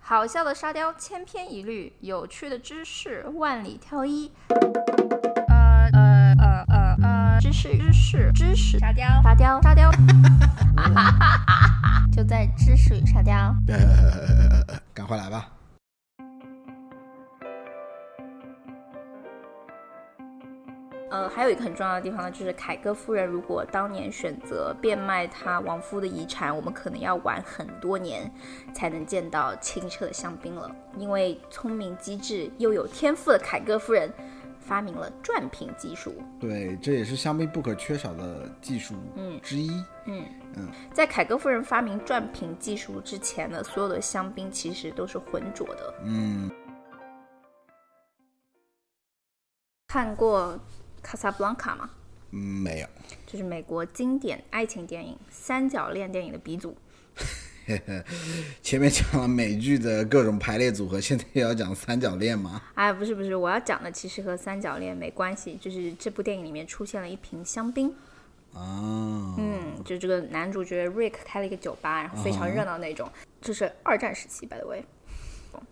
好笑的沙雕千篇一律，有趣的知识万里挑一。呃呃呃呃呃，知识知识知识沙雕沙雕沙雕，就在知识与沙雕。呃， 赶快来吧。呃，还有一个很重要的地方呢，就是凯歌夫人如果当年选择变卖她亡夫的遗产，我们可能要晚很多年才能见到清澈的香槟了。因为聪明机智又有天赋的凯歌夫人发明了转瓶技术。对，这也是香槟不可缺少的技术之一。嗯嗯，在凯歌夫人发明转瓶技术之前呢，所有的香槟其实都是浑浊的。嗯，看过《卡萨布兰卡》吗？嗯没有。就是美国经典爱情电影、三角恋电影的鼻祖。前面讲了美剧的各种排列组合，现在也要讲三角恋吗？哎，不是不是，我要讲的其实和三角恋没关系，就是这部电影里面出现了一瓶香槟，啊，嗯，就这个男主角 Rick 开了一个酒吧，然后非常热闹那种，这是二战时期，by the way。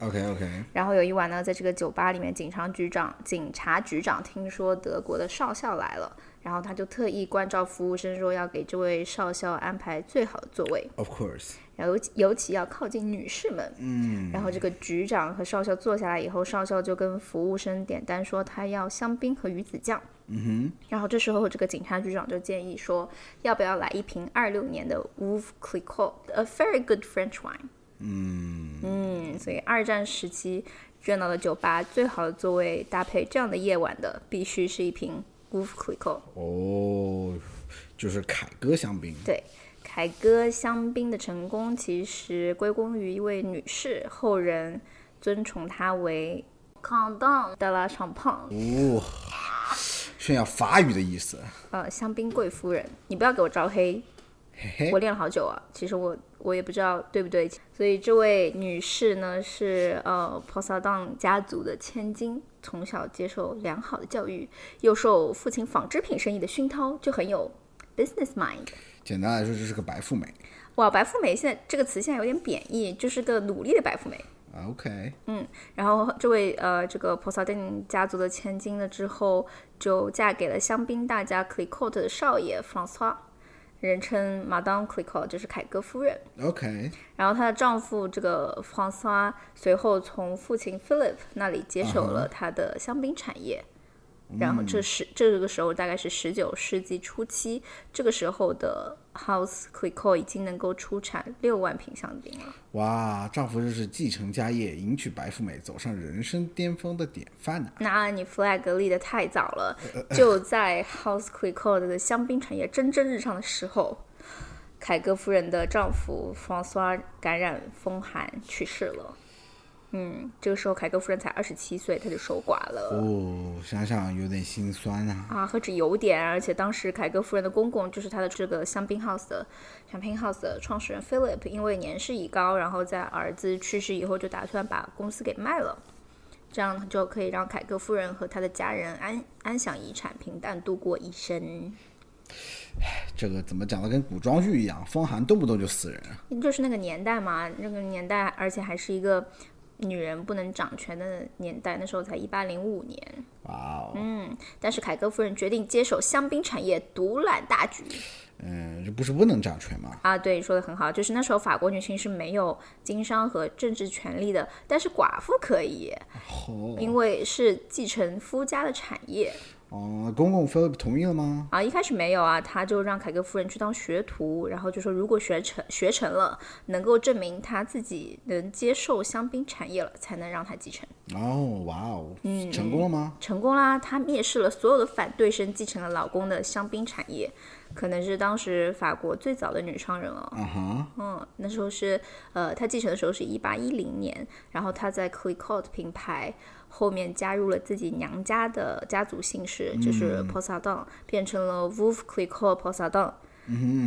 ，OK OK，然后有一晚呢，在这个酒吧里面，警察局长警察局长听说德国的少校来了，然后他就特意关照服务生说要给这位少校安排最好的座位， Of course，然后尤其尤其要靠近女士们。嗯，然后这个局长和少校坐下来以后，少校就跟服务生点单说他要香槟和鱼子酱。嗯哼。然后这时候这个警察局长就建议说，要不要来一瓶二六年的 Wouv Clicquot，a very good French wine。嗯嗯，所以二战时期热闹的酒吧最好的座位搭配这样的夜晚的，必须是一瓶 Wouv Clicquot。哦，就是凯歌香槟，对，凯歌香槟的成功其实归功于一位女士，后人尊崇她为 Condon de la Champagne，哦，炫耀法语的意思，呃，香槟贵夫人。你不要给我招黑，嘿嘿我，练了好久啊，其实我我也不知道对不对。所以这位女士呢是呃 p o s a d o n 家族的千金，从小接受良好的教育，又受父亲纺织品生意的熏陶，就很有 business mind。简单来说就是个白富美哇，白富美现在这个词现在有点贬义，就是个努力的白富美。啊，OK，然后这位呃，这个普萨丁家族的千金呢，之后就嫁给了香槟大家 Clicquot 的少爷 François，人称 Madame Clicquot，就是凯歌夫人。 OK，然后她的丈夫这个 François 随后从父亲 Philip 那里接手了他的香槟产业。然后这是这个时候大概是十九世纪初期，这个时候的 House Clicquot 已经能够出产六万瓶香槟了。哇，丈夫就是继承家业，迎娶白富美，走上人生巅峰的典范呐、那你 flag 立得太早了，就在 House Clicquot 的香槟产业蒸蒸日上的时候，凯歌夫人的丈夫 François 感染风寒去世了。嗯，这个时候凯歌夫人才二十七岁，她就守寡了。哦，想想有点心酸啊。啊，何止有点，而且当时凯歌夫人的公公就是她的这个香槟 house 的香槟 house 的创始人 Philip，因为年事已高，然后在儿子去世以后，就打算把公司给卖了，这样就可以让凯歌夫人和她的家人安安享遗产，平淡度过一生。这个怎么讲的跟古装剧一样，风寒动不动就死人。嗯就是那个年代嘛，那个年代，而且还是一个女人不能掌权的年代，那时候才一八零五年。嗯哇哦，但是凯歌夫人决定接手香槟产业，独揽大局。嗯，这不是不能掌权吗？啊，对，说的很好，就是那时候法国女性是没有经商和政治权利的，但是寡妇可以，哦因为是继承夫家的产业哦，公公 Philip 同意了吗？啊。一开始没有啊，他就让凯歌夫人去当学徒，然后就说如果学成学成了，能够证明他自己能接受香槟产业了，才能让他继承。哦，哇哦，成功了吗？成功啦！她蔑视了所有的反对声，继承了老公的香槟产业，可能是当时法国最早的女商人哦。啊哈，嗯，那时候是呃，他继承的时候是一八一零年，然后他在 Clicquot 品牌后面加入了自己娘家的家族姓氏，就是 Posadon，变成了 Wolf Clicquot Posadon。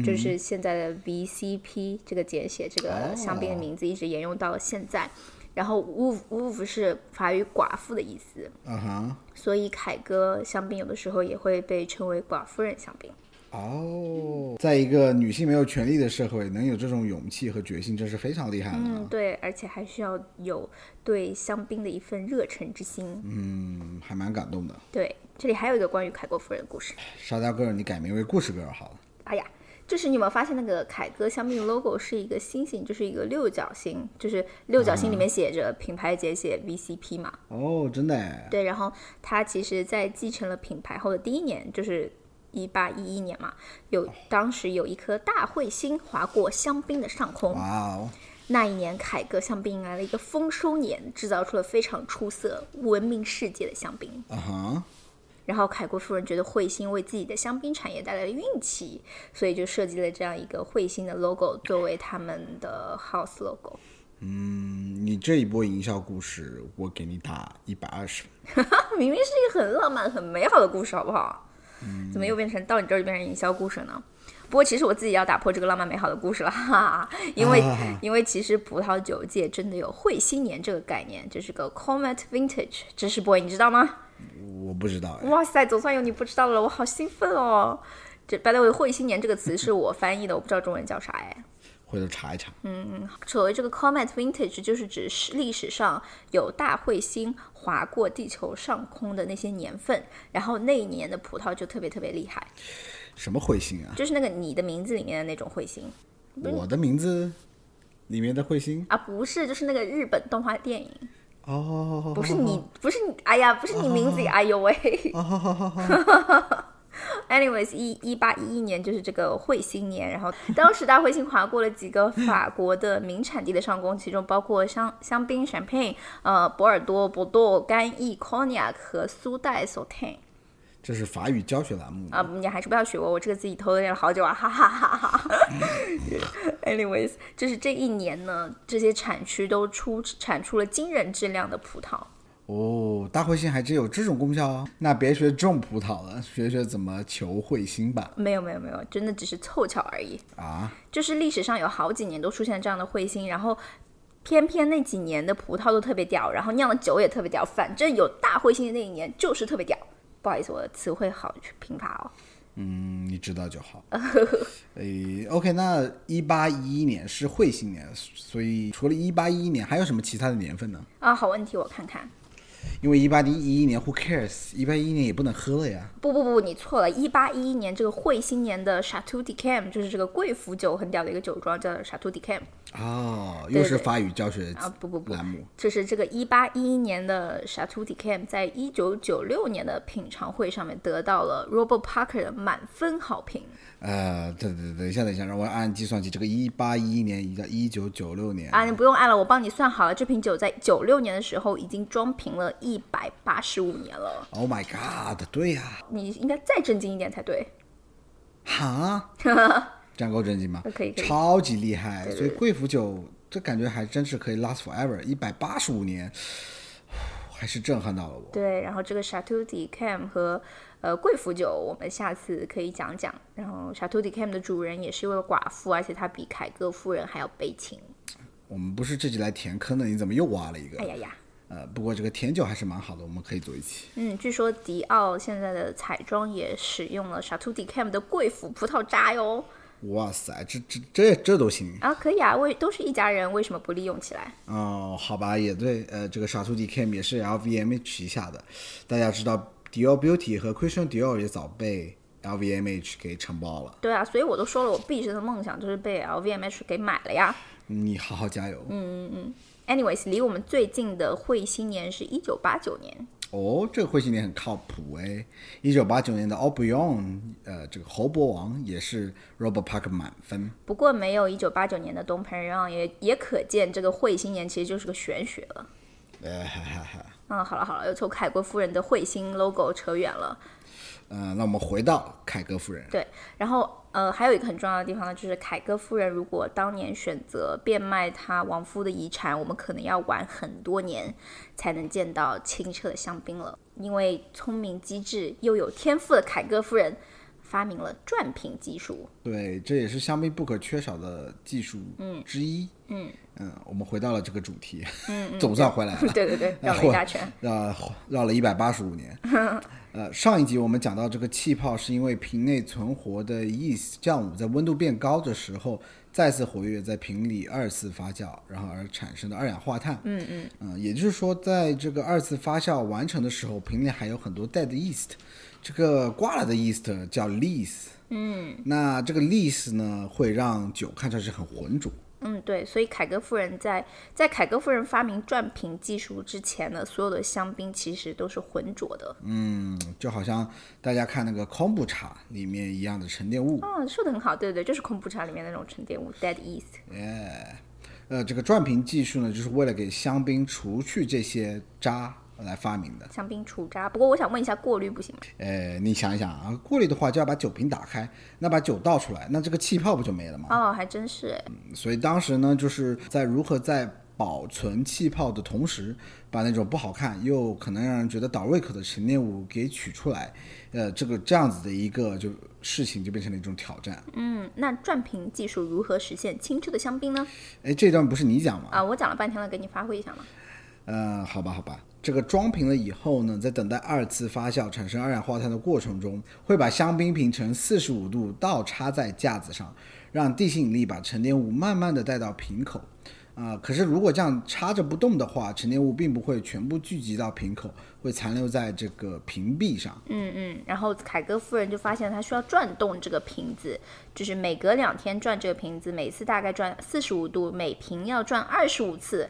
就是现在的 VCP 这个简写，这个香槟的名字一直沿用到了现在。然后 Wolf Wolf 是法语寡妇的意思，啊哈，所以凯歌香槟有的时候也会被称为寡妇人香槟。哦，在一个女性没有权利的社会，能有这种勇气和决心，这是非常厉害的。嗯，对，而且还需要有对香槟的一份热忱之心。嗯，还蛮感动的。对，这里还有一个关于凯国夫人的故事。沙雕哥，你改名为故事哥好了。哎呀，就是你有没有发现那个凯歌香槟 logo 是一个星星，就是一个六角星，就是六角星里面写着品牌简写 VCP 嘛。哦，真的哎。对，然后他其实在继承了品牌后的第一年，就是一八一一年嘛，有当时有一颗大彗星划过香槟的上空。哇哦，那一年，凯歌香槟迎来了一个丰收年，制造出了非常出色、闻名世界的香槟。啊哈，然后，凯国夫人觉得彗星为自己的香槟产业带来了运气，所以就设计了这样一个彗星的 logo 作为他们的 house logo。嗯，你这一波营销故事，我给你打一百二十分。明明是一个很浪漫、很美好的故事，好不好？怎么又变成到你这儿就变成营销故事呢？不过其实我自己要打破这个浪漫美好的故事了，哈哈，因为、因为其实葡萄酒界真的有彗星年这个概念，这是个 Comet Vintage 知识 boy，你知道吗？我不知道哎。哇塞，总算有你不知道了，我好兴奋哦！这 by the way，彗星年这个词是我翻译的，我不知道中文叫啥哎。回头查一查。所谓这个 comet vintage，就是指是历史上有大彗星划过地球上空的那些年份，然后那一年的葡萄就特别特别厉害，什么彗星啊？就是那个你的名字里面的那种彗星我的名字里面的彗星？啊，不是，就是那个日本动画电影，哦，不是你，不是你，哎呀，不是你名字里，哎呦喂。Anyways，一一八一一年就是这个彗星年，然后当时大彗星划过了几 个法国的名产地的上空，其中包括香香槟、champagne、呃波尔多、波多、干邑、cognac 和苏代 sauté。这是法语教学栏目。啊，你还是不要学我，我这个自己偷练了好久啊，哈哈哈哈哈。Anyways，就是这一年呢，这些产区都出产出了惊人质量的葡萄。哦，大彗星还真有这种功效啊！那别学种葡萄了，学学怎么求彗星吧。没有没有没有，真的只是凑巧而已。啊，就是历史上有好几年都出现这样的彗星，然后偏偏那几年的葡萄都特别屌，然后酿的酒也特别屌，反正有大彗星的那一年就是特别屌。不好意思，我的词汇好贫乏哦。嗯，你知道 就好。诶，OK，那一八一一年是彗星年，所以除了一八一一年，还有什么其他的年份呢？啊，好问题，我看看。因为一八一一年 Who cares？一八一一年也不能喝了呀。不不不，你错了。一八一一年这个彗星年的 Chateau d e c a m 就是这个贵腐酒很屌的一个酒庄，叫 Chateau d e c a m 哦，又是法语教学啊，不不不，栏目。就是这个一八一一年的 Chateau d e c a m 在一九九六年的品尝会上面得到了 Robert Parker 的满分好评。呃，等等等一下，等一下，让我按计算机，这个一八一一年移到一九九六年，啊，你不用按了，我帮你算好了。这瓶酒在九六年的时候已经装瓶了一百八十五年了， Oh my god！对呀、你应该再震惊一点才对。 哈，这样够震惊吗？可以可以超级厉害。所以贵腐酒这感觉还真是可以 last forever，一百八十五年，还是震撼到了我。对，然后这个 Chateau d e c a m 和呃贵腐酒，我们下次可以讲讲。然后 Chateau d e c a m 的主人也是一位寡妇，而且她比凯歌夫人还要悲情。我们不是这集来填坑的，你怎么又挖了一个？哎呀呀，呃，不过这个甜酒还是蛮好的，我们可以做一期。嗯，据说迪奥现在的彩妆也使用了 Chateau d e c a m 的贵腐葡萄渣哟。哇塞，这这这这都行啊，可以啊，为都是一家人，为什么不利用起来？哦，好吧，也对，呃，这个傻兔 DKM 也是 LVMH 旗下的，大家知道 Dior Beauty 和 Christian Dior 也早被 LVMH 给承包了，对啊，所以我都说了，我毕生的梦想就是被 LVMH 给买了呀。嗯你好好加油。 Anyways，离我们最近的彗星年是一九八九年。哦，这个彗星年很靠谱哎！一九八九年的 a u b r y o n 呃，这个侯伯王也是 Robert Parker 满分。不过没有一九八九年的东盆让，也也可见这个彗星年其实就是个玄学了。呃，哈哈哈。嗯，好了好了，又从凯国夫人的彗星 logo 扯远了。呃，那我们回到凯歌夫人。对，然后呃，还有一个很重要的地方呢，就是凯歌夫人如果当年选择变卖她亡夫的遗产，我们可能要晚很多年才能见到清澈的香槟了。因为聪明机智又有天赋的凯歌夫人发明了转瓶技术。 对，这也是香槟不可缺少的技术之一。嗯我们回到了这个主 题，总算回来了。对对对，绕了一大圈。 绕绕了一百八十五年。呃，上一集我们讲到这个气泡是因为瓶内存活的 yeast 酵母在温度变高的时候再次活跃在瓶里二次发酵，然后而产生的二氧化碳。嗯嗯嗯，也就是说，在这个二次发酵完成的时候，瓶里还有很多带的 yeast，这个挂了的 yeast 叫 lees。嗯，那这个 lees 呢，会让酒看上去很浑浊。嗯，对，所以凯歌夫人在在凯歌夫人发明转瓶技术之前呢，所有的香槟其实都是浑浊的。嗯，就好像大家看那个康布茶里面一样的沉淀物。嗯，说的很好，对对对，就是恐怖茶里面那种沉淀物 dead yeast。呃，这个转瓶技术呢，就是为了给香槟除去这些渣来发明的。香槟除渣，不过我想问一下，过滤不行吗？呃，你想一想啊，过滤的话就要把酒瓶打开，那把酒倒出来，那这个气泡不就没了吗？哦，还真是哎，所以当时呢，就是在如何在保存气泡的同时，把那种不好看又可能让人觉得倒胃口的沉淀物给取出来，呃，这个这样子的一个就事情就变成了一种挑战。嗯，那转瓶技术如何实现清澈的香槟呢？哎，这段不是你讲吗？啊，我讲了半天了，给你发挥一下嘛。呃，好吧，好吧，这个装瓶了以后呢，在等待二次发酵产生二氧化碳的过程中，会把香槟瓶呈四十五度倒插在架子上，让地心引力把沉淀物慢慢的带到瓶口。啊、可是如果这样插着不动的话，沉淀物并不会全部聚集到瓶口，会残留在这个瓶壁上。嗯嗯，然后凯歌夫人就发现她需要转动这个瓶子，就是每隔两天转这个瓶子，每次大概转四十五度，每瓶要转二十五次。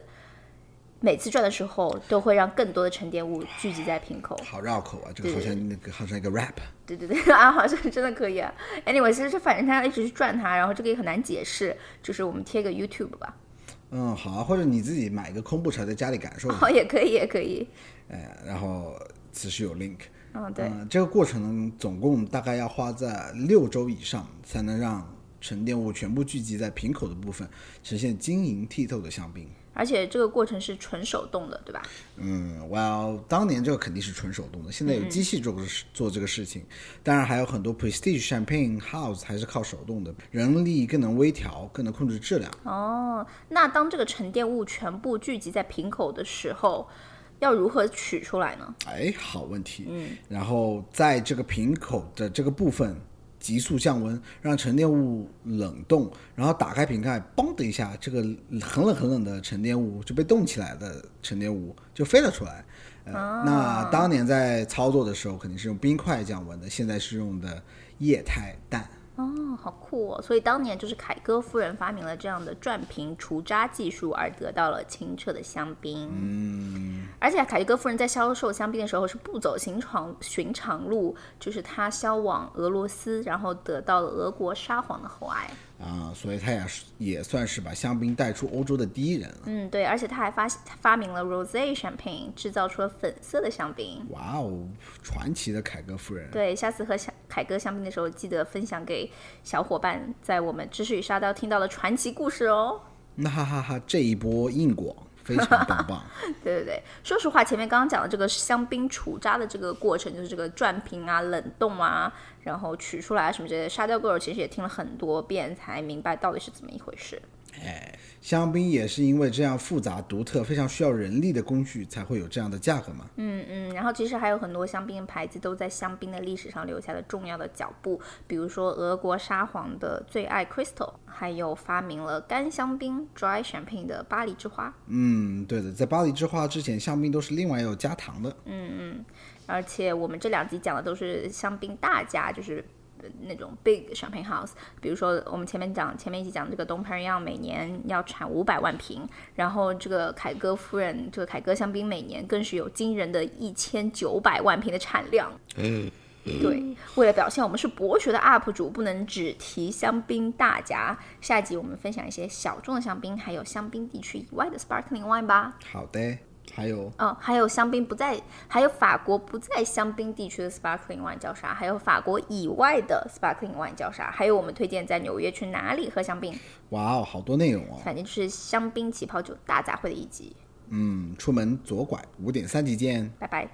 每次转的时候，都会让更多的沉淀物聚集在瓶口。好绕口啊，这个好像那个好像一个 rap。对对对， 啊，好像真的可以、啊。Anyway，其实反正他一直去转它，然后这个也很难解释，就是我们贴个 YouTube 吧，嗯，好啊，或者你自己买一个空布茶在家里感受一下，哦，也可以，也可以。哎，然后此时有 link。嗯，对，嗯，这个过程呢，总共大概要花在六周以上，才能让沉淀物全部聚集在瓶口的部分，呈现晶莹剔透的香槟。而且这个过程是纯手动的，对吧？嗯，Well，当年这个肯定是纯手动的，现在有机器做这个事做这个事情，当然还有很多 Prestige Champagne House 还是靠手动的，人力更能微调，更能控制质量。哦，那当这个沉淀物全部聚集在瓶口的时候，要如何取出来呢？哎，好问题。嗯，然后在这个瓶口的这个部分急速降温，让沉淀物冷冻，然后打开瓶盖，嘣的一下，这个很冷很冷的沉淀物就被冻起来的沉淀物就飞了出来。呃，那当年在操作的时候肯定是用冰块降温的，现在是用的液态氮。哦，好酷哦！所以当年就是凯歌夫人发明了这样的转瓶除渣技术，而得到了清澈的香槟。嗯，而且凯歌夫人在销售香槟的时候是不走寻常寻常路，就是她销往俄罗斯，然后得到了俄国沙皇的厚爱。啊、所以他也是也算是把香槟带出欧洲的第一人了。嗯，对，而且她还发发明了 rosé champagne，制造出了粉色的香槟。哇哦，传奇的凯歌夫人。对，下次和小凯哥相槟的时候，记得分享给小伙伴，在我们知识与沙雕听到的传奇故事哦。 那哈哈哈，这一波硬广非常棒棒。对对对，说实话，前面刚刚讲的这个香槟除渣的这个过程，就是这个转瓶啊、冷冻啊，然后取出来啊什么之类的，沙雕 girl 其实也听了很多遍，才明白到底是怎么一回事。香槟也是因为这样复杂、独特、非常需要人力的工具，才会有这样的价格嘛。嗯嗯，然后其实还有很多香槟牌子都在香槟的历史上留下了重要的脚步，比如说俄国沙皇的最爱 Crystal，还有发明了干香槟 dry champagne 的巴黎之花。嗯，对的，在巴黎之花之前，香槟都是另外要加糖的。而且我们这两集讲的都是香槟大家，就是呃那种 big champagne house。比如说我们前面讲，前面一集讲这个东培让每年要产五百万瓶，然后这个凯歌夫人，这个凯歌香槟每年更是有惊人的一千九百万瓶的产量。对，为了表现我们是博学的 UP 主，不能只提香槟大家。下一集我们分享一些小众的香槟，还有香槟地区以外的 sparkling wine 吧。好的，还有嗯，还有香槟不在，还有法国不在香槟地区的 sparkling wine 叫啥？还有法国以外的 sparkling wine 叫啥？还有我们推荐在纽约去哪里喝香槟？哇哦，好多内容哦。反正就是香槟起泡酒大杂烩的一集。嗯，出门左拐，五点三级见。拜拜。